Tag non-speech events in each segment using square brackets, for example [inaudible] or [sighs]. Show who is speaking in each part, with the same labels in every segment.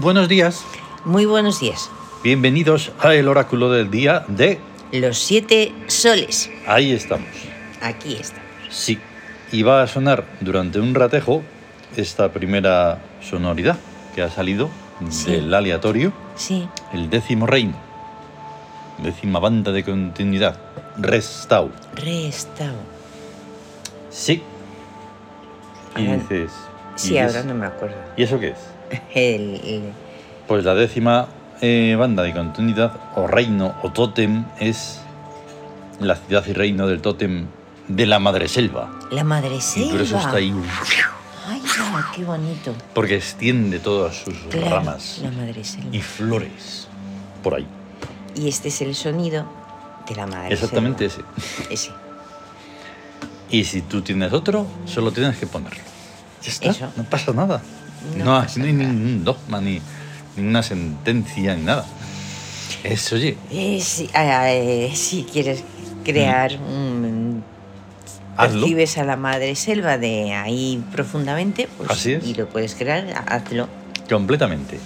Speaker 1: buenos días.
Speaker 2: Muy buenos días.
Speaker 1: Bienvenidos a el oráculo del día de...
Speaker 2: Los siete soles.
Speaker 1: Ahí estamos.
Speaker 2: Aquí está.
Speaker 1: Sí. Y va a sonar durante un ratejo esta primera sonoridad que ha salido
Speaker 2: Sí.
Speaker 1: del aleatorio,
Speaker 2: Sí.
Speaker 1: el décimo reino, décima banda de continuidad, Restau.
Speaker 2: Restao.
Speaker 1: Sí. Y
Speaker 2: Ahora-
Speaker 1: dices...
Speaker 2: Sí,
Speaker 1: ¿y es-
Speaker 2: ahora no me acuerdo.
Speaker 1: ¿Y eso qué es?
Speaker 2: El, el-
Speaker 1: Pues la décima eh, banda de continuidad o reino o tótem es la ciudad y reino del tótem de la madre selva.
Speaker 2: la madre
Speaker 1: Y por eso
Speaker 2: selva.
Speaker 1: está ahí,
Speaker 2: Ay, ya, qué bonito.
Speaker 1: porque extiende todas sus
Speaker 2: Claro,
Speaker 1: ramas
Speaker 2: La madre selva.
Speaker 1: y flores por ahí.
Speaker 2: Y este es el sonido de la madre
Speaker 1: Exactamente
Speaker 2: selva.
Speaker 1: ese.
Speaker 2: Ese.
Speaker 1: Y si tú tienes otro, solo tienes que ponerlo. Ya está,
Speaker 2: Eso.
Speaker 1: no pasa nada.
Speaker 2: No
Speaker 1: No,
Speaker 2: pasa
Speaker 1: hay
Speaker 2: nada.
Speaker 1: ningún dogma, ni, ni una sentencia, ni nada. Es, oye,
Speaker 2: Eh, sí, ah, eh, si quieres crear un...
Speaker 1: Mm. hazlo.
Speaker 2: Percibes a la madre selva de ahí profundamente pues,
Speaker 1: Así es.
Speaker 2: y lo puedes crear, hazlo.
Speaker 1: Completamente.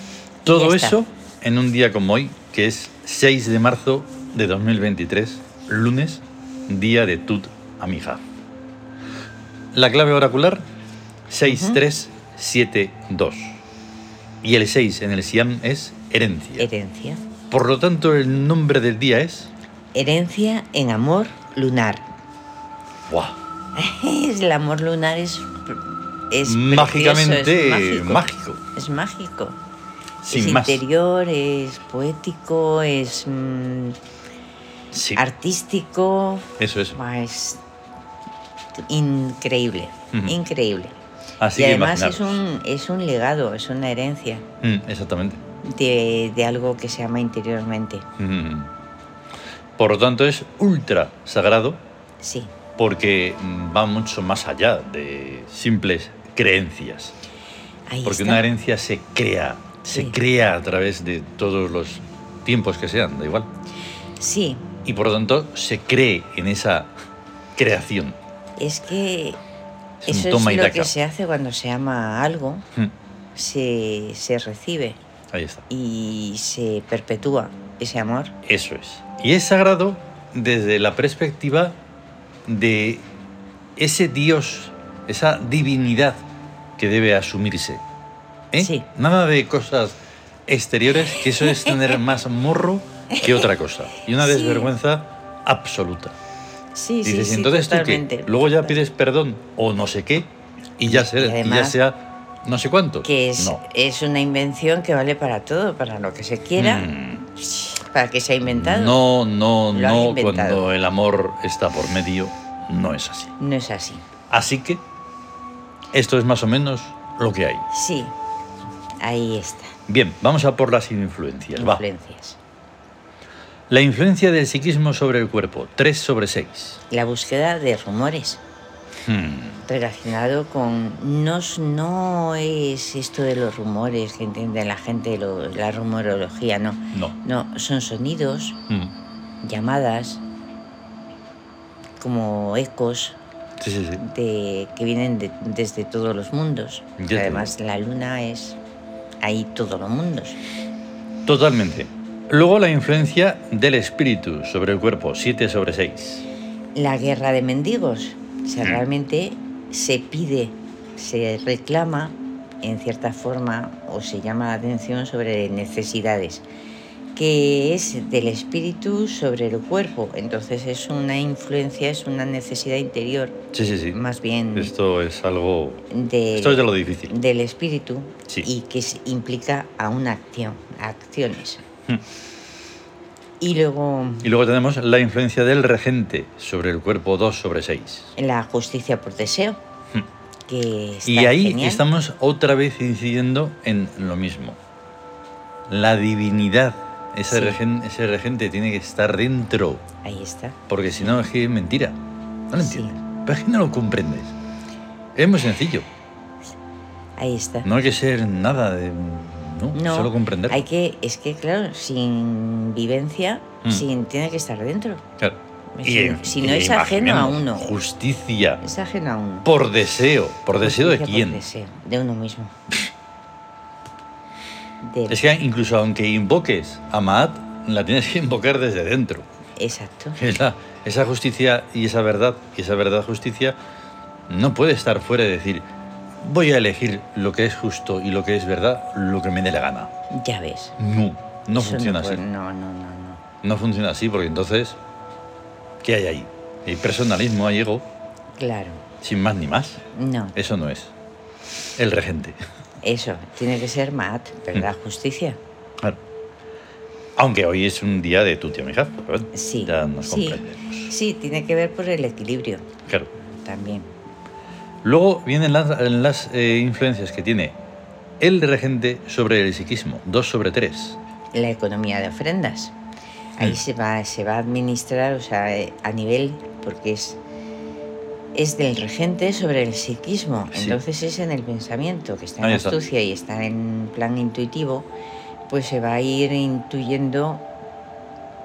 Speaker 1: Todo
Speaker 2: ya está.
Speaker 1: eso en un día como hoy, que es 6 de marzo de 2023, lunes, día de Tut Amija. La clave oracular, 6372. Y el 6 en el Siam es herencia.
Speaker 2: Eh. Herencia.
Speaker 1: Por lo tanto, el nombre del día es...
Speaker 2: Herencia en amor lunar. [laughs]
Speaker 1: ¡Buah!
Speaker 2: El amor lunar es, es
Speaker 1: Mágicamente
Speaker 2: precioso, es mágico.
Speaker 1: mágico.
Speaker 2: Es mágico.
Speaker 1: Sin
Speaker 2: es
Speaker 1: más.
Speaker 2: interior, es poético, es mm,
Speaker 1: Sí,
Speaker 2: artístico, Ah,
Speaker 1: eso es.
Speaker 2: es increíble,
Speaker 1: Ujú.
Speaker 2: increíble.
Speaker 1: Así
Speaker 2: y
Speaker 1: que
Speaker 2: además es
Speaker 1: imaginaros.
Speaker 2: un, es un legado, es una herencia
Speaker 1: Mm, exactamente.
Speaker 2: de, de algo que se ama interiormente.
Speaker 1: Mm. Por lo tanto, es ultra sagrado
Speaker 2: Sí,
Speaker 1: porque mm, va mucho más allá de simples creencias.
Speaker 2: ahí
Speaker 1: Porque
Speaker 2: está.
Speaker 1: una herencia se crea, se
Speaker 2: Sí.
Speaker 1: crea a través de todos los tiempos que sean, da igual.
Speaker 2: Sí,
Speaker 1: Y por lo tanto, se cree en esa creación.
Speaker 2: es que
Speaker 1: Es
Speaker 2: eso
Speaker 1: un toma
Speaker 2: es
Speaker 1: y
Speaker 2: lo
Speaker 1: daca.
Speaker 2: que se hace cuando se ama algo.
Speaker 1: Mm,
Speaker 2: se, se recibe
Speaker 1: Ahí está.
Speaker 2: y se perpetúa ese amor.
Speaker 1: Eso es. Y es sagrado desde la perspectiva de ese Dios, esa divinidad que debe asumirse. ¿Eh?
Speaker 2: Sí.
Speaker 1: Nada de cosas exteriores, que eso es
Speaker 2: [laughs]
Speaker 1: tener más morro que otra cosa. Y una
Speaker 2: Sí.
Speaker 1: desvergüenza absoluta.
Speaker 2: Sí, sí,
Speaker 1: Dices,
Speaker 2: sí,
Speaker 1: entonces tú
Speaker 2: totalmente.
Speaker 1: qué? Luego ya
Speaker 2: Total-
Speaker 1: pides perdón o no sé qué, y ya, se-
Speaker 2: Y
Speaker 1: y ya
Speaker 2: además-
Speaker 1: sea no sé cuánto.
Speaker 2: Que es,
Speaker 1: No.
Speaker 2: es una invención que vale para todo, para lo que se quiera,
Speaker 1: Mm.
Speaker 2: para que se ha inventado.
Speaker 1: No, no,
Speaker 2: Lo han
Speaker 1: no,
Speaker 2: inventado.
Speaker 1: cuando el amor está por medio, no es así.
Speaker 2: No es así.
Speaker 1: Así que esto es más o menos lo que hay.
Speaker 2: Sí, ahí está.
Speaker 1: Bien, vamos a por las influencias. va.
Speaker 2: Influencias.
Speaker 1: La influencia del psiquismo sobre el cuerpo, 3 sobre 6.
Speaker 2: La búsqueda de rumores
Speaker 1: Hmm,
Speaker 2: relacionado con... No, es- no es esto de los rumores que entiende la gente, lo- la rumorología, no.
Speaker 1: no.
Speaker 2: No, son sonidos,
Speaker 1: Hmm,
Speaker 2: llamadas como ecos
Speaker 1: Sí, sí, sí.
Speaker 2: de, que vienen de- desde todos los mundos.
Speaker 1: Ya
Speaker 2: Que
Speaker 1: te
Speaker 2: Además, la luna es ahí todos los mundos.
Speaker 1: Totalmente. Luego la influencia del espíritu sobre el cuerpo, 7 sobre 6.
Speaker 2: La guerra de mendigos. O sea, realmente se pide, se reclama en cierta forma o se llama la atención sobre necesidades que es del espíritu sobre el cuerpo, entonces es una influencia, es una necesidad interior,
Speaker 1: Sí, sí, sí.
Speaker 2: más Eh. bien
Speaker 1: Esto es algo...
Speaker 2: de-
Speaker 1: Esto es de lo difícil.
Speaker 2: del espíritu
Speaker 1: Sí.
Speaker 2: y que se implica a una acción, a acciones.
Speaker 1: Hmm.
Speaker 2: Y luego
Speaker 1: Y luego tenemos la influencia del regente sobre el cuerpo, 2 sobre 6.
Speaker 2: la justicia por deseo,
Speaker 1: Hmm.
Speaker 2: que está
Speaker 1: Y ahí
Speaker 2: genial.
Speaker 1: estamos otra vez incidiendo en lo mismo. La divinidad. Ese,
Speaker 2: Sí.
Speaker 1: regen- ese regente tiene que estar dentro,
Speaker 2: Ahí está.
Speaker 1: porque si no es que es mentira. No lo
Speaker 2: Sí.
Speaker 1: entiendes. Pero es que no lo comprendes. Es muy sencillo.
Speaker 2: Ahí está.
Speaker 1: No hay que ser nada de... No,
Speaker 2: No,
Speaker 1: solo comprender.
Speaker 2: Hay que es que claro, sin vivencia,
Speaker 1: Hmm.
Speaker 2: sin tiene que estar dentro.
Speaker 1: Claro.
Speaker 2: Si-
Speaker 1: eh,
Speaker 2: si no
Speaker 1: eh,
Speaker 2: es ajeno a
Speaker 1: imaginemos,
Speaker 2: uno.
Speaker 1: Justicia.
Speaker 2: Es ajeno a uno.
Speaker 1: Por deseo. ¿Por deseo de [laughs]
Speaker 2: Justicia por
Speaker 1: quién?
Speaker 2: deseo, de uno mismo. del-
Speaker 1: Es que incluso aunque invoques a Maat, la tienes que invocar desde dentro.
Speaker 2: Exacto.
Speaker 1: Es la- esa justicia y esa verdad, y esa verdad-justicia, no puede estar fuera de decir, voy a elegir lo que es justo y lo que es verdad, lo que me dé la gana.
Speaker 2: Ya ves.
Speaker 1: No, no
Speaker 2: Eso
Speaker 1: funciona
Speaker 2: puede-
Speaker 1: así.
Speaker 2: No, no, no, no.
Speaker 1: No funciona así porque entonces, ¿qué hay ahí? Hay personalismo, hay ego,
Speaker 2: Claro.
Speaker 1: sin más ni más.
Speaker 2: No.
Speaker 1: Eso no es. El regente. [laughs]
Speaker 2: Eso. Tiene que ser Maat,
Speaker 1: Hmm.
Speaker 2: ¿verdad? Justicia.
Speaker 1: Claro. Aunque hoy es un día de tu tía mija, pero bueno,
Speaker 2: Sí.
Speaker 1: ya nos
Speaker 2: sí.
Speaker 1: comprendemos.
Speaker 2: sí, tiene que ver por el equilibrio
Speaker 1: Claro.
Speaker 2: también.
Speaker 1: Luego vienen las, las, eh, influencias que tiene el regente sobre el psiquismo, 2 sobre 3.
Speaker 2: La economía de ofrendas. Ahí
Speaker 1: Mm.
Speaker 2: se, va, se va a administrar, o sea, eh, a nivel, porque es, es del regente sobre el psiquismo.
Speaker 1: Sí.
Speaker 2: Entonces es en el pensamiento, que está en
Speaker 1: Ahí
Speaker 2: la
Speaker 1: está.
Speaker 2: astucia y está en plan intuitivo, pues se va a ir intuyendo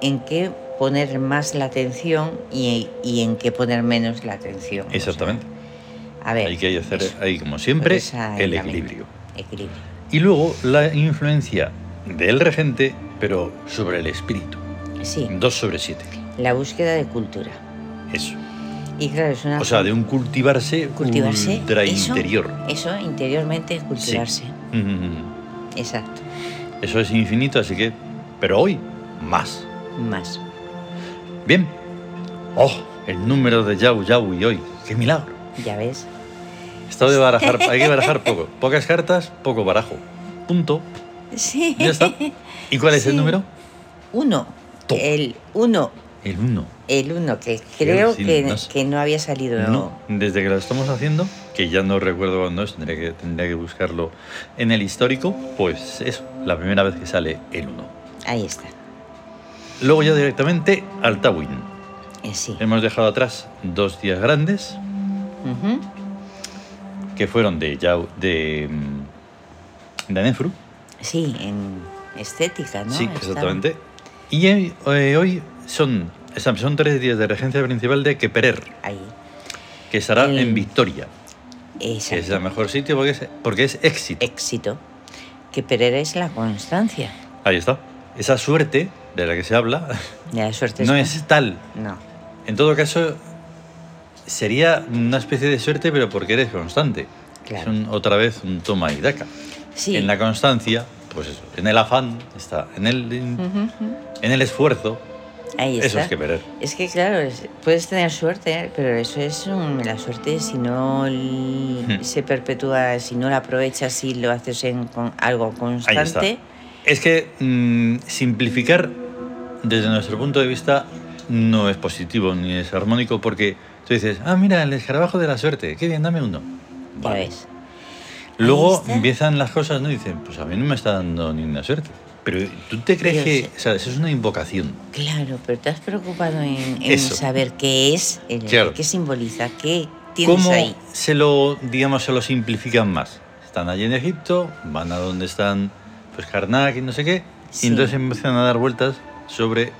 Speaker 2: en qué poner más la atención y, y en qué poner menos la atención. O sea,
Speaker 1: Exactamente.
Speaker 2: a ver.
Speaker 1: Hay que hacer
Speaker 2: eso,
Speaker 1: ahí, como siempre, el
Speaker 2: Precisamente.
Speaker 1: equilibrio.
Speaker 2: Equilibrio.
Speaker 1: Y luego la influencia del regente, pero sobre el espíritu,
Speaker 2: Sí,
Speaker 1: 2 sobre 7.
Speaker 2: la búsqueda de cultura.
Speaker 1: Eso.
Speaker 2: Y claro, es una
Speaker 1: O sea, de un cultivarse,
Speaker 2: cultivarse
Speaker 1: ultra
Speaker 2: eso-
Speaker 1: interior.
Speaker 2: Eso, interiormente cultivarse.
Speaker 1: Mm,
Speaker 2: Exacto.
Speaker 1: Eso es infinito, así que. Pero hoy, más.
Speaker 2: Más.
Speaker 1: Bien. ¡Oh! El número de Yau Yau y hoy. ¡Qué milagro!
Speaker 2: Ya ves.
Speaker 1: Estado de barajar, hay que barajar poco. Pocas cartas, poco barajo. Punto.
Speaker 2: Sí.
Speaker 1: Ya está. ¿Y cuál es el
Speaker 2: Sí.
Speaker 1: número?
Speaker 2: Uno.
Speaker 1: Toma.
Speaker 2: El uno.
Speaker 1: El 1.
Speaker 2: El uno, que creo
Speaker 1: sí,
Speaker 2: que,
Speaker 1: no sé.
Speaker 2: que no había salido.
Speaker 1: No, desde que lo estamos haciendo, que ya no recuerdo cuándo es, tendría que, tendría que buscarlo en el histórico, pues eso, la primera vez que sale el 1.
Speaker 2: Ahí está.
Speaker 1: Luego ya directamente al Tawin.
Speaker 2: Eh, Sí.
Speaker 1: Hemos dejado atrás dos días grandes, Em.
Speaker 2: Ujú.
Speaker 1: que fueron de Yau, de, mm, de Anefru.
Speaker 2: Sí, en estética, ¿no?
Speaker 1: sí,
Speaker 2: Estaba-
Speaker 1: exactamente. Y eh, eh, hoy son, son tres días de regencia principal de Keperer.
Speaker 2: Ahí.
Speaker 1: que estará
Speaker 2: El-
Speaker 1: en Victoria, que es
Speaker 2: Exacto. Eh.
Speaker 1: el mejor sitio porque es, porque es éxito.
Speaker 2: Éxito. Que perder es la constancia.
Speaker 1: Ahí está. Esa suerte de la que se habla
Speaker 2: De la suerte.
Speaker 1: no es tal.
Speaker 2: No.
Speaker 1: En todo caso, sería una especie de suerte, pero porque eres constante.
Speaker 2: Claro.
Speaker 1: Es un- otra vez un toma y daca.
Speaker 2: Sí.
Speaker 1: En la constancia, pues eso, en el afán, está, en el, en,
Speaker 2: Ujú, ujú.
Speaker 1: el esfuerzo,
Speaker 2: Ahí Mm. está.
Speaker 1: eso es que perder.
Speaker 2: Es que claro, es- puedes tener suerte, ¿eh? pero eso es un- la suerte si no l-
Speaker 1: Hmm.
Speaker 2: se perpetúa, si no la aprovechas, si lo haces en con algo
Speaker 1: Ahí está.
Speaker 2: constante.
Speaker 1: Es que mm, simplificar desde nuestro punto de vista no es positivo ni es armónico porque tú dices, ah, mira, el escarabajo de la suerte, qué bien, dame uno.
Speaker 2: Ya
Speaker 1: Vale.
Speaker 2: ves. Ahí
Speaker 1: Luego
Speaker 2: está.
Speaker 1: empiezan las cosas ¿no? y dicen, pues a mí no me está dando ninguna suerte. Pero tú te crees
Speaker 2: Yo
Speaker 1: que,
Speaker 2: sé.
Speaker 1: o sea, eso es una invocación.
Speaker 2: Claro, pero te has preocupado en, en
Speaker 1: Eso.
Speaker 2: saber qué es, el-
Speaker 1: Claro.
Speaker 2: qué simboliza, qué tienes
Speaker 1: ¿Cómo
Speaker 2: ahí.
Speaker 1: se lo, digamos, se lo simplifican más? Están allí en Egipto, van a donde están, pues Karnak y no sé qué,
Speaker 2: Sí.
Speaker 1: y entonces empiezan a dar vueltas sobre,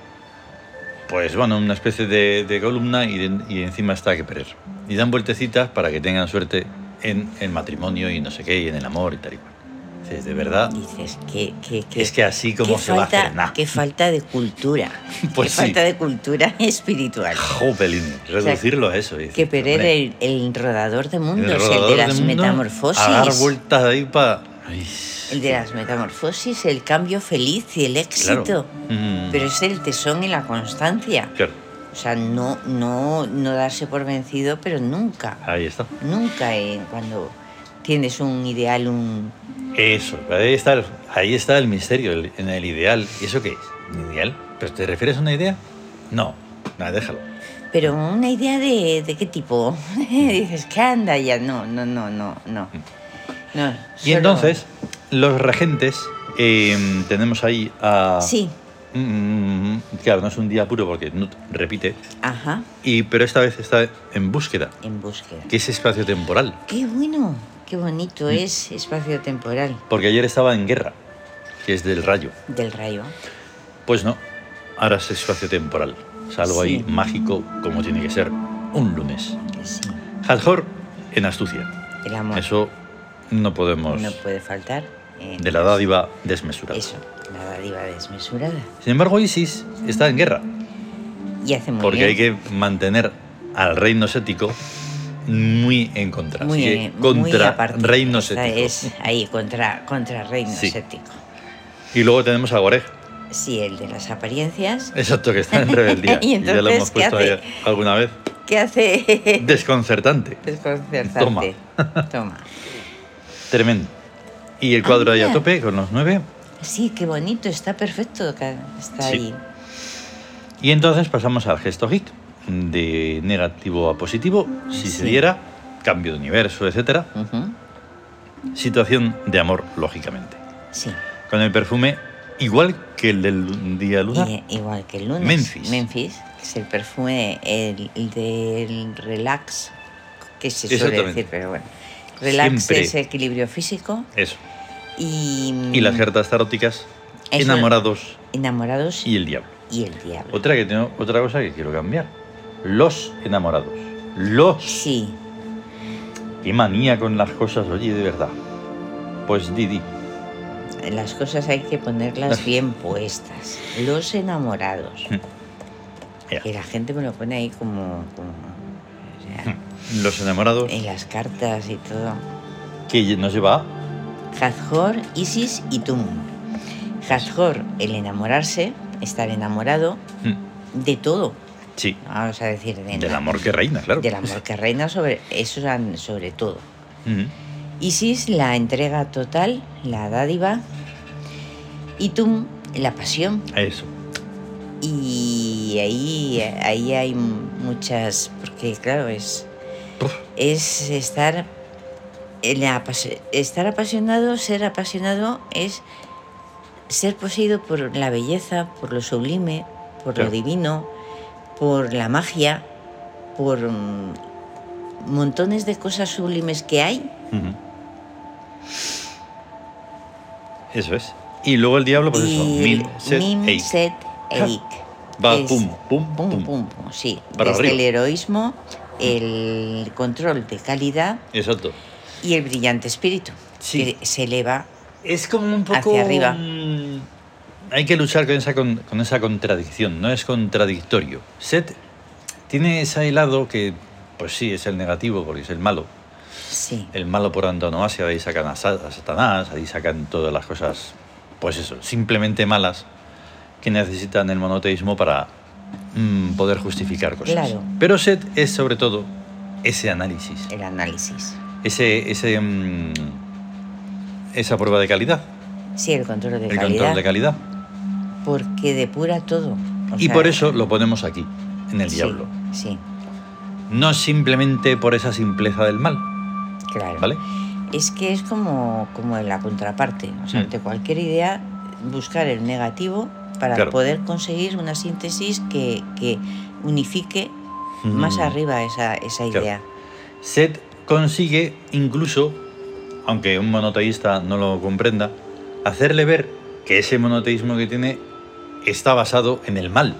Speaker 1: pues bueno, una especie de, de columna y, de- y encima está que perder. Y dan vueltecitas para que tengan suerte en el matrimonio y no sé qué, y en el amor y tal y cual. Dices, de verdad,
Speaker 2: Dices que, que, que-
Speaker 1: es que así
Speaker 2: qué
Speaker 1: como se va a
Speaker 2: falta,
Speaker 1: hacer nada.
Speaker 2: qué falta de cultura,
Speaker 1: [laughs] Pues
Speaker 2: qué
Speaker 1: sí.
Speaker 2: falta de cultura [laughs] espiritual.
Speaker 1: Jopelín, reducirlo a eso. dices,
Speaker 2: Que perder
Speaker 1: hombre,
Speaker 2: el, el rodador de mundos, el,
Speaker 1: rodador
Speaker 2: de
Speaker 1: del
Speaker 2: las
Speaker 1: mundo
Speaker 2: metamorfosis.
Speaker 1: A dar vueltas ahí para...
Speaker 2: El de las metamorfosis, el cambio feliz y el éxito.
Speaker 1: Mm.
Speaker 2: Pero es el tesón y la constancia.
Speaker 1: Claro,
Speaker 2: O sea, no, no, no darse por vencido, pero nunca,
Speaker 1: ahí está.
Speaker 2: nunca eh, cuando tienes un ideal, un...
Speaker 1: Eso, ahí está el, ahí está el misterio, el- en el ideal. ¿Y eso qué es? ¿Un ideal? ¿Pero te refieres a una idea? No, nada, déjalo.
Speaker 2: Pero una idea de, de qué tipo. [laughs] Dices, ¿qué anda ya? No, no, no, no, no. No,
Speaker 1: Y
Speaker 2: solo-
Speaker 1: entonces, los regentes, eh, tenemos ahí a...
Speaker 2: Sí,
Speaker 1: Mm, claro, no es un día puro porque Nut repite,
Speaker 2: ajá,
Speaker 1: y, pero esta vez está en búsqueda,
Speaker 2: en búsqueda.
Speaker 1: que es espacio temporal,
Speaker 2: Qué bueno, qué
Speaker 1: Mm.
Speaker 2: bonito es espacio temporal
Speaker 1: porque ayer estaba en guerra, que es del rayo.
Speaker 2: del rayo.
Speaker 1: Pues no, ahora es espacio temporal. Es algo
Speaker 2: Sí.
Speaker 1: ahí mágico como tiene que ser un lunes.
Speaker 2: que Sí,
Speaker 1: Hathor en astucia.
Speaker 2: el amor
Speaker 1: Eso no podemos
Speaker 2: no puede faltar. en
Speaker 1: de la
Speaker 2: las-
Speaker 1: dádiva desmesurada.
Speaker 2: Eso, la dádiva desmesurada.
Speaker 1: Sin embargo, ISIS está en guerra,
Speaker 2: Y hace muy
Speaker 1: porque
Speaker 2: bien.
Speaker 1: hay que mantener al reino sético muy en contra.
Speaker 2: muy,
Speaker 1: así que
Speaker 2: eh, muy
Speaker 1: contra
Speaker 2: aparte.
Speaker 1: reino
Speaker 2: Esta
Speaker 1: sético.
Speaker 2: Es ahí, contra, contra reino
Speaker 1: Sí.
Speaker 2: sético.
Speaker 1: Y luego tenemos a Goreg,
Speaker 2: Sí, el de las apariencias.
Speaker 1: exacto, que
Speaker 2: [laughs]
Speaker 1: está en rebeldía.
Speaker 2: Y
Speaker 1: ya lo
Speaker 2: entonces,
Speaker 1: hemos
Speaker 2: ¿qué
Speaker 1: puesto
Speaker 2: hace?
Speaker 1: ahí alguna vez.
Speaker 2: ¿Qué hace? [laughs]
Speaker 1: Desconcertante,
Speaker 2: Desconcertante. Toma.
Speaker 1: tremendo. Y el cuadro
Speaker 2: Ah,
Speaker 1: ahí a
Speaker 2: mira.
Speaker 1: tope con los nueve.
Speaker 2: Sí, qué bonito, está perfecto. ca- Está
Speaker 1: Sí.
Speaker 2: ahí.
Speaker 1: Y entonces pasamos al gesto geek, de negativo a positivo, si se
Speaker 2: Sí.
Speaker 1: diera, cambio de universo, etcétera.
Speaker 2: Ujú.
Speaker 1: Situación de amor, lógicamente.
Speaker 2: Sí.
Speaker 1: Con el perfume, igual que el del día lunar.
Speaker 2: Y, eh, igual que el lunes.
Speaker 1: Memphis.
Speaker 2: Memphis, que es el perfume el, el del relax, que se suele
Speaker 1: Exactamente.
Speaker 2: decir, pero bueno. Relax
Speaker 1: Siempre.
Speaker 2: es equilibrio físico
Speaker 1: Eso.
Speaker 2: y.
Speaker 1: Y las cartas taróticas,
Speaker 2: Mm. Eso-
Speaker 1: enamorados
Speaker 2: Enamorados
Speaker 1: y el diablo.
Speaker 2: y el diablo.
Speaker 1: Otra, que tengo, otra cosa que quiero cambiar. Los enamorados. Los.
Speaker 2: Sí,
Speaker 1: Qué manía con las cosas, oye, de verdad. Pues Didi.
Speaker 2: las cosas hay que ponerlas bien puestas. Los enamorados.
Speaker 1: Hmm. Ya.
Speaker 2: Que la gente me lo pone ahí como. como o
Speaker 1: Hmm.
Speaker 2: sea,
Speaker 1: Los enamorados
Speaker 2: en las cartas y todo.
Speaker 1: que nos lleva a
Speaker 2: Hathor, Isis y Tum. Hathor, el enamorarse, estar enamorado
Speaker 1: Mm,
Speaker 2: de todo.
Speaker 1: Sí.
Speaker 2: Vamos a decir, de
Speaker 1: Del amor que reina, claro.
Speaker 2: Del amor que reina sobre, eso es sobre todo.
Speaker 1: Mm,
Speaker 2: Isis, la entrega total, la dádiva. Y Tum, la pasión.
Speaker 1: Eso.
Speaker 2: Y ahí, ahí hay muchas, porque claro, es,
Speaker 1: Uf.
Speaker 2: es estar, el apase- estar apasionado, ser apasionado es ser poseído por la belleza, por lo sublime, por
Speaker 1: Claro.
Speaker 2: lo divino, por la magia, por mm, montones de cosas sublimes que hay.
Speaker 1: Ujú. Eso es. Y luego el diablo, pues eso.
Speaker 2: y
Speaker 1: Mil, set,
Speaker 2: Mim,
Speaker 1: eight.
Speaker 2: Set,
Speaker 1: Ja.
Speaker 2: Eik.
Speaker 1: Va,
Speaker 2: Es-
Speaker 1: pum, pum,
Speaker 2: Pum,
Speaker 1: pum,
Speaker 2: pum, pum, sí.
Speaker 1: Para
Speaker 2: Desde
Speaker 1: arriba. Mm.
Speaker 2: el heroísmo, el control de calidad
Speaker 1: Exacto.
Speaker 2: y el brillante espíritu,
Speaker 1: Sí.
Speaker 2: que se eleva.
Speaker 1: Es como un poco.
Speaker 2: Hacia arriba.
Speaker 1: mm, Hay que luchar con esa, con, con esa contradicción, no es contradictorio. Set tiene ese lado que, pues sí, es el negativo porque es el malo.
Speaker 2: Sí,
Speaker 1: El malo por antonomasia, de ahí sacan a, Sa- a Satanás, ahí sacan todas las cosas, pues eso, simplemente malas que necesitan el monoteísmo para mm, poder justificar cosas.
Speaker 2: Claro. Eh.
Speaker 1: Pero Set es sobre todo ese análisis,
Speaker 2: el análisis.
Speaker 1: ese, ese, mm, esa prueba de calidad.
Speaker 2: Sí, el control de
Speaker 1: el
Speaker 2: calidad.
Speaker 1: control de calidad.
Speaker 2: porque depura todo. O
Speaker 1: Y
Speaker 2: sea,
Speaker 1: por eso lo ponemos aquí, en el
Speaker 2: sí,
Speaker 1: diablo.
Speaker 2: Sí,
Speaker 1: No simplemente por esa simpleza del mal,
Speaker 2: claro.
Speaker 1: ¿vale?
Speaker 2: Es que es como, como en la contraparte. O sea,
Speaker 1: Mm.
Speaker 2: ante cualquier idea, buscar el negativo para
Speaker 1: Claro.
Speaker 2: poder conseguir una síntesis que, que unifique más
Speaker 1: Mm.
Speaker 2: arriba esa, esa
Speaker 1: Claro.
Speaker 2: idea.
Speaker 1: Set consigue incluso, aunque un monoteísta no lo comprenda, hacerle ver que ese monoteísmo que tiene está basado en el mal.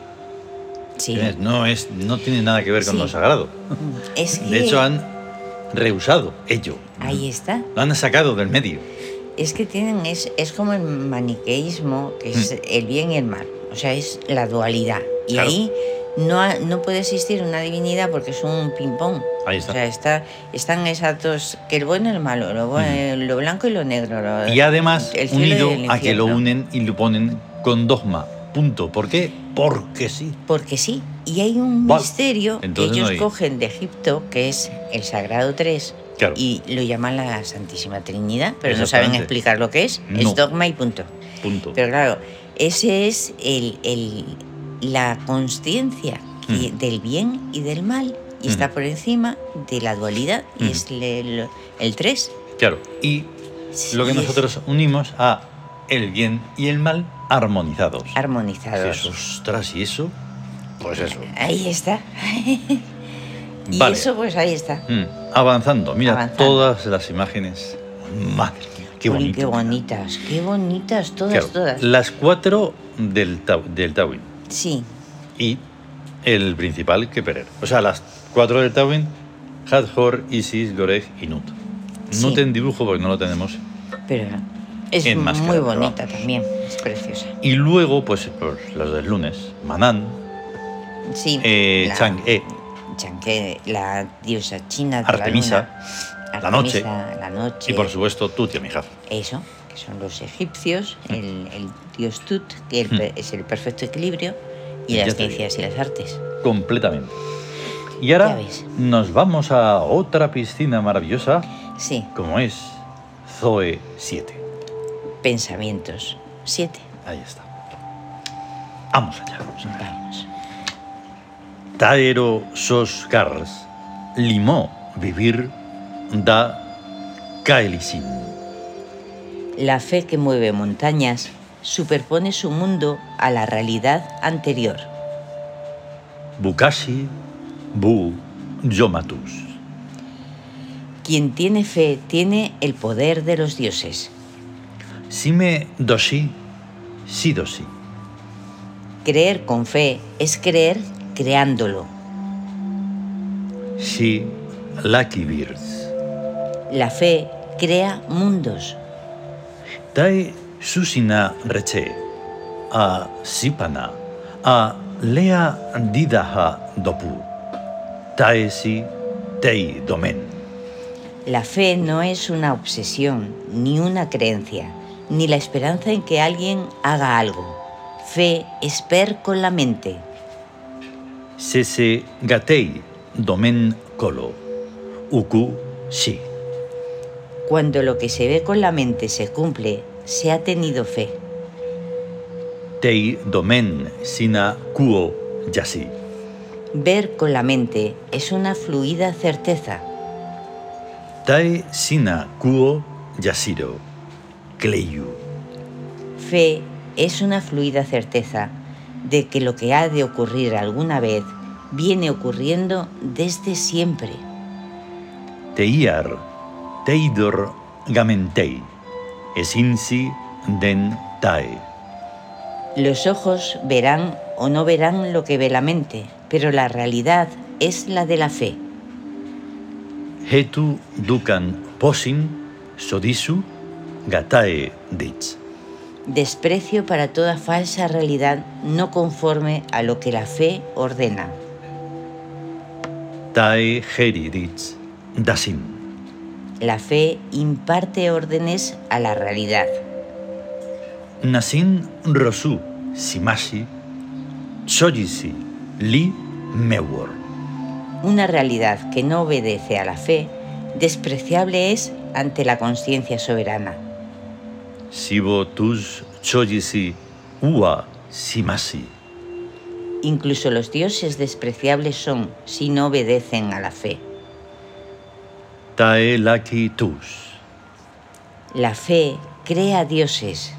Speaker 2: Sí.
Speaker 1: ¿Entiendes? No, es, no tiene nada que ver con
Speaker 2: Sí.
Speaker 1: lo sagrado.
Speaker 2: Es que
Speaker 1: De hecho, han rehusado ello.
Speaker 2: ahí está.
Speaker 1: Lo han sacado del medio.
Speaker 2: Es que tienen es, es como el maniqueísmo, que es el bien y el mal. O sea, es la dualidad. Y
Speaker 1: Mm. Claro.
Speaker 2: ahí no, ha- no puede existir una divinidad porque es un ping-pong.
Speaker 1: Ahí
Speaker 2: O
Speaker 1: está.
Speaker 2: sea, está, están exactos que el bueno y el malo, lo, bue- lo blanco y lo negro. lo-
Speaker 1: Mm. Y además
Speaker 2: el cielo y
Speaker 1: unido
Speaker 2: el
Speaker 1: a que lo
Speaker 2: infierno.
Speaker 1: unen y lo ponen con dogma. Punto. ¿Por qué? Porque sí.
Speaker 2: Porque sí. Y hay un
Speaker 1: Vale.
Speaker 2: misterio que
Speaker 1: Entonces no
Speaker 2: ellos
Speaker 1: hay-
Speaker 2: cogen de Egipto, que es el Sagrado 3,
Speaker 1: Claro.
Speaker 2: y lo llaman la Santísima Trinidad, pero no saben
Speaker 1: Exactamente.
Speaker 2: explicar lo que es.
Speaker 1: No.
Speaker 2: Es dogma y punto.
Speaker 1: Punto.
Speaker 2: Pero claro, ese es el, el- la consciencia que-
Speaker 1: Mm.
Speaker 2: del bien y del mal. Y está
Speaker 1: Mm.
Speaker 2: por encima de la dualidad, y
Speaker 1: Mm.
Speaker 2: es le- lo- el 3.
Speaker 1: Claro. Y lo que nosotros unimos a el bien y el mal armonizados.
Speaker 2: Armonizados.
Speaker 1: Dices, ostras, ¿y eso? Pues eso.
Speaker 2: Ahí está. y
Speaker 1: Vale.
Speaker 2: eso, pues ahí está.
Speaker 1: Mm, Avanzando. Mira,
Speaker 2: Avanzando.
Speaker 1: todas las imágenes. Madre mía, qué
Speaker 2: Uy,
Speaker 1: bonito.
Speaker 2: qué bonitas, qué bonitas, todas,
Speaker 1: Claro,
Speaker 2: todas.
Speaker 1: Las cuatro del, Tao- del Tawin
Speaker 2: Sí,
Speaker 1: y el principal, que Perer. O sea, las cuatro del Tawin, Hathor, Isis, Goreg y Nut.
Speaker 2: Sí.
Speaker 1: Nut en dibujo porque no lo tenemos.
Speaker 2: pero Es
Speaker 1: enmascarada,
Speaker 2: muy
Speaker 1: vamos.
Speaker 2: bonita también, es preciosa.
Speaker 1: Y luego, pues, pues, los del lunes, Manan,
Speaker 2: Sí.
Speaker 1: eh,
Speaker 2: la-
Speaker 1: Chang'e,
Speaker 2: Chang'e, la diosa china de
Speaker 1: Artemisa,
Speaker 2: la, luna.
Speaker 1: la noche.
Speaker 2: Artemisa, la noche.
Speaker 1: y por supuesto Tut y Amijaf.
Speaker 2: Eso, que son los egipcios,
Speaker 1: Mm.
Speaker 2: el, el dios Tut, que el per- es el perfecto equilibrio, y
Speaker 1: Ya
Speaker 2: las
Speaker 1: Mm. te digo.
Speaker 2: ciencias y las artes.
Speaker 1: Completamente. Y ahora
Speaker 2: Ya ves.
Speaker 1: nos vamos a otra piscina maravillosa,
Speaker 2: Sí,
Speaker 1: como es Zoe 7.
Speaker 2: pensamientos. Siete.
Speaker 1: Ahí está. Vamos allá. Vamos allá.
Speaker 2: Vamos.
Speaker 1: Taero sos cars, limó vivir da kaelisin.
Speaker 2: La fe que mueve montañas superpone su mundo a la realidad anterior.
Speaker 1: Bukashi bu yomatus.
Speaker 2: Quien tiene fe tiene el poder de los dioses.
Speaker 1: Sime doshi, si doshi.
Speaker 2: Creer con fe es creer creándolo.
Speaker 1: Si lucky birds.
Speaker 2: La fe crea mundos.
Speaker 1: Tae susina reche, a sipana, a lea didaha dopu. Tae si tei domen.
Speaker 2: La fe no es una obsesión, ni una creencia, ni la esperanza en que alguien haga algo. Fe es ver con la mente.
Speaker 1: Sese gatei domen colo. Uku si.
Speaker 2: Cuando lo que se ve con la mente se cumple, se ha tenido fe.
Speaker 1: Tei domen sina kuo yasi.
Speaker 2: Ver con la mente es una fluida certeza.
Speaker 1: Tae sina kuo yasiro. Kleyu.
Speaker 2: Fe es una fluida certeza de que lo que ha de ocurrir alguna vez viene ocurriendo desde siempre.
Speaker 1: Teiar teidor gamentei. Esinsi den tae.
Speaker 2: Los ojos verán o no verán lo que ve la mente, pero la realidad es la de la fe.
Speaker 1: Hetu dukan posin sodisu gatae dich.
Speaker 2: Desprecio para toda falsa realidad no conforme a lo que la fe ordena.
Speaker 1: Tae heri dich dasin.
Speaker 2: La fe imparte órdenes a la realidad.
Speaker 1: Nasin Rosu Simashi Sojisi Li Mewor.
Speaker 2: Una realidad que no obedece a la fe, despreciable es ante la conciencia soberana.
Speaker 1: Sibo Tus Sojisi Ua Simashi.
Speaker 2: Incluso los dioses despreciables son si no obedecen a la fe.
Speaker 1: Tae Laki Tus.
Speaker 2: La fe crea dioses.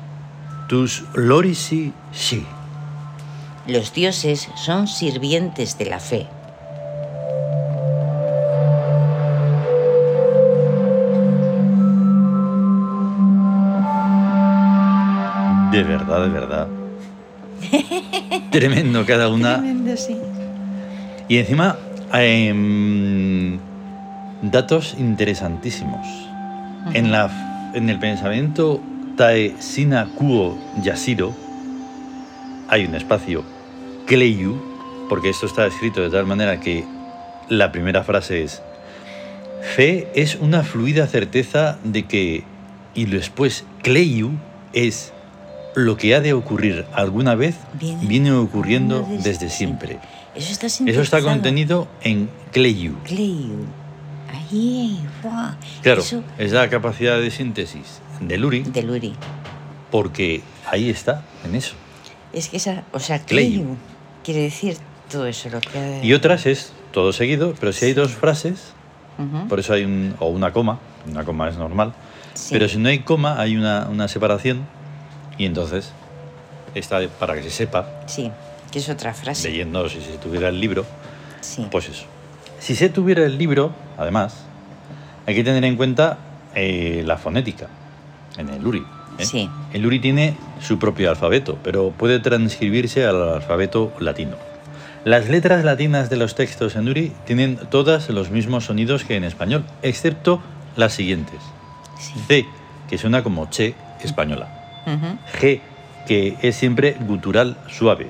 Speaker 1: Tus Lorisi Si.
Speaker 2: Los dioses son sirvientes de la fe.
Speaker 1: De verdad, de verdad. Tremendo cada una. Y encima, em, datos interesantísimos. En, la, en el pensamiento Tae Sina Kuo Yasiro hay un espacio Kleyu, porque esto está escrito de tal manera que la primera frase es Fe es una fluida certeza de que, y después Kleyu es lo que ha de ocurrir alguna vez,
Speaker 2: Viene-
Speaker 1: viene ocurriendo
Speaker 2: desde
Speaker 1: desde siempre.
Speaker 2: Eso
Speaker 1: Eso
Speaker 2: está
Speaker 1: está
Speaker 2: sintetizado.
Speaker 1: contenido en Kleyu.
Speaker 2: Cleu. Ahí, guau.
Speaker 1: Claro,
Speaker 2: Eso
Speaker 1: es la capacidad de síntesis de Luri,
Speaker 2: de Luri.
Speaker 1: porque ahí está, en eso.
Speaker 2: Es que esa, o sea,
Speaker 1: Cleu.
Speaker 2: Cleu quiere decir todo eso, lo que ha-
Speaker 1: Y otras es todo seguido, pero si hay dos frases,
Speaker 2: Ujú,
Speaker 1: por eso hay un, o una coma, una coma es normal,
Speaker 2: sí.
Speaker 1: pero si no hay coma hay una, una separación y entonces está de- para que se sepa,
Speaker 2: Sí, que es otra frase.
Speaker 1: leyendo si se tuviera el libro,
Speaker 2: Sí.
Speaker 1: pues eso. Si se tuviera el libro, además, hay que tener en cuenta eh, la fonética en el URI. ¿eh?
Speaker 2: Sí.
Speaker 1: El URI tiene su propio alfabeto, pero puede transcribirse al alfabeto latino. Las letras latinas de los textos en URI tienen todas los mismos sonidos que en español, excepto las siguientes.
Speaker 2: sí.
Speaker 1: C, que suena como che, española.
Speaker 2: Ujú.
Speaker 1: G, que es siempre gutural suave.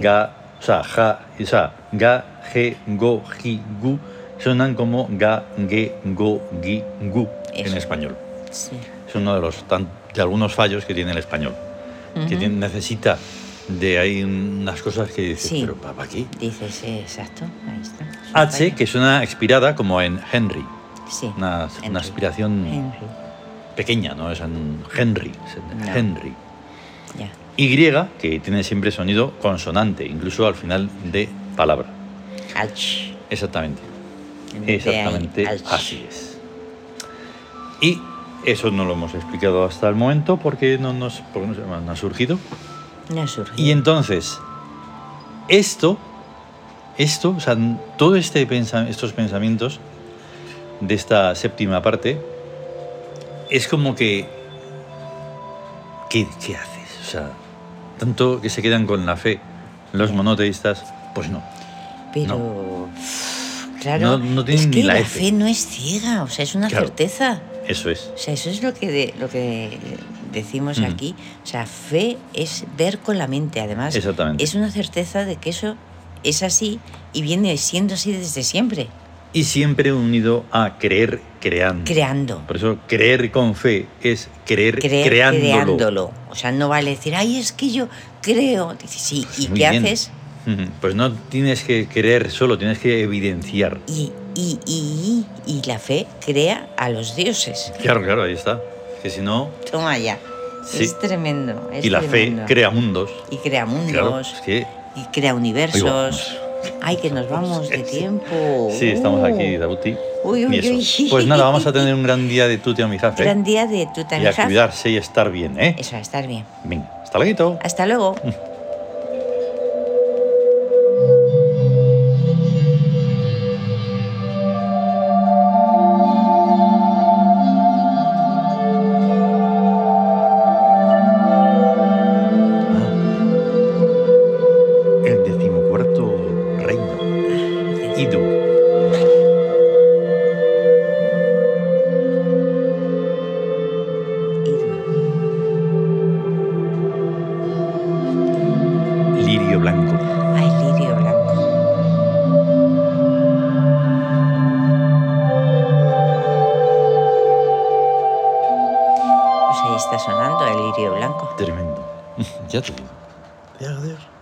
Speaker 1: Ga, o sea, ja y sa. Ga, ge, go, ji, gu sonan como ga, ge, go, gi, gu en
Speaker 2: Eso.
Speaker 1: español.
Speaker 2: Sí.
Speaker 1: Es uno de los tan- de algunos fallos que tiene el español. Que tiene- necesita de ahí unas cosas que dices,
Speaker 2: Sí.
Speaker 1: pero ¿para qué?
Speaker 2: Dices, eh, exacto, ahí está. Es un
Speaker 1: H,
Speaker 2: fallo.
Speaker 1: que suena expirada como en Henry.
Speaker 2: Sí.
Speaker 1: Una, una
Speaker 2: Henry.
Speaker 1: aspiración
Speaker 2: Henry,
Speaker 1: pequeña, ¿no? Es en Henry. es en
Speaker 2: No.
Speaker 1: Henry.
Speaker 2: ya.
Speaker 1: Y, que tiene siempre sonido consonante, incluso al final de palabra.
Speaker 2: Alch.
Speaker 1: Exactamente.
Speaker 2: En vez de ahí,
Speaker 1: Exactamente
Speaker 2: alch.
Speaker 1: así es. Y eso no lo hemos explicado hasta el momento porque no nos, porque no se- no ha surgido.
Speaker 2: No surge.
Speaker 1: Y entonces, esto, esto, o sea, todo este pensa- estos pensamientos de esta séptima parte, es como que, ¿qué, qué haces? O sea, tanto que se quedan con la fe los monoteístas, pues no.
Speaker 2: Pero.
Speaker 1: No-
Speaker 2: [sighs] Claro,
Speaker 1: no tienen
Speaker 2: es
Speaker 1: ni
Speaker 2: que
Speaker 1: la
Speaker 2: la,
Speaker 1: F.
Speaker 2: fe no es ciega, o sea, es una
Speaker 1: Claro.
Speaker 2: certeza.
Speaker 1: Eso es.
Speaker 2: O sea, eso es lo que, de- lo que decimos
Speaker 1: Ujú.
Speaker 2: aquí. O sea, fe es ver con la mente, además.
Speaker 1: Exactamente.
Speaker 2: Es una certeza de que eso es así y viene siendo así desde siempre,
Speaker 1: Y siempre unido a creer creando.
Speaker 2: creando.
Speaker 1: Por eso creer con fe es creer,
Speaker 2: Creer
Speaker 1: creándolo.
Speaker 2: creándolo. O sea, no vale decir, ay, es que yo creo. Dices, sí, ¿y
Speaker 1: Pues Muy
Speaker 2: qué
Speaker 1: bien.
Speaker 2: haces?
Speaker 1: Ujú. Pues no tienes que creer solo, tienes que evidenciar.
Speaker 2: Y, y, y, y, y la fe crea a los dioses.
Speaker 1: Claro, claro, ahí está. Que si no.
Speaker 2: Toma ya.
Speaker 1: Sí.
Speaker 2: Es tremendo. Este es
Speaker 1: y la fe
Speaker 2: tremendo.
Speaker 1: crea mundos.
Speaker 2: Y crea
Speaker 1: Claro,
Speaker 2: mundos.
Speaker 1: es que-
Speaker 2: Y crea universos. Ay, que nos vamos de tiempo.
Speaker 1: Sí, estamos aquí,
Speaker 2: Uh,
Speaker 1: Dabuti.
Speaker 2: Uy, uy,
Speaker 1: Y eso.
Speaker 2: uy.
Speaker 1: Pues nada, vamos a tener un gran día de tuti a mi jefe.
Speaker 2: Gran día de
Speaker 1: Y a
Speaker 2: Tutanjaf.
Speaker 1: cuidarse y a estar bien, ¿eh?
Speaker 2: Eso, a estar bien.
Speaker 1: Venga, hasta luego. [laughs]
Speaker 2: Hasta luego.
Speaker 1: El decimocuarto reino.
Speaker 2: Ah,
Speaker 1: Idu. Lirio blanco.
Speaker 2: Ay, lirio blanco. Pues ahí está sonando el lirio blanco.
Speaker 1: [laughs]
Speaker 2: Pues
Speaker 1: Tremendo. ya te digo. Adiós, adiós.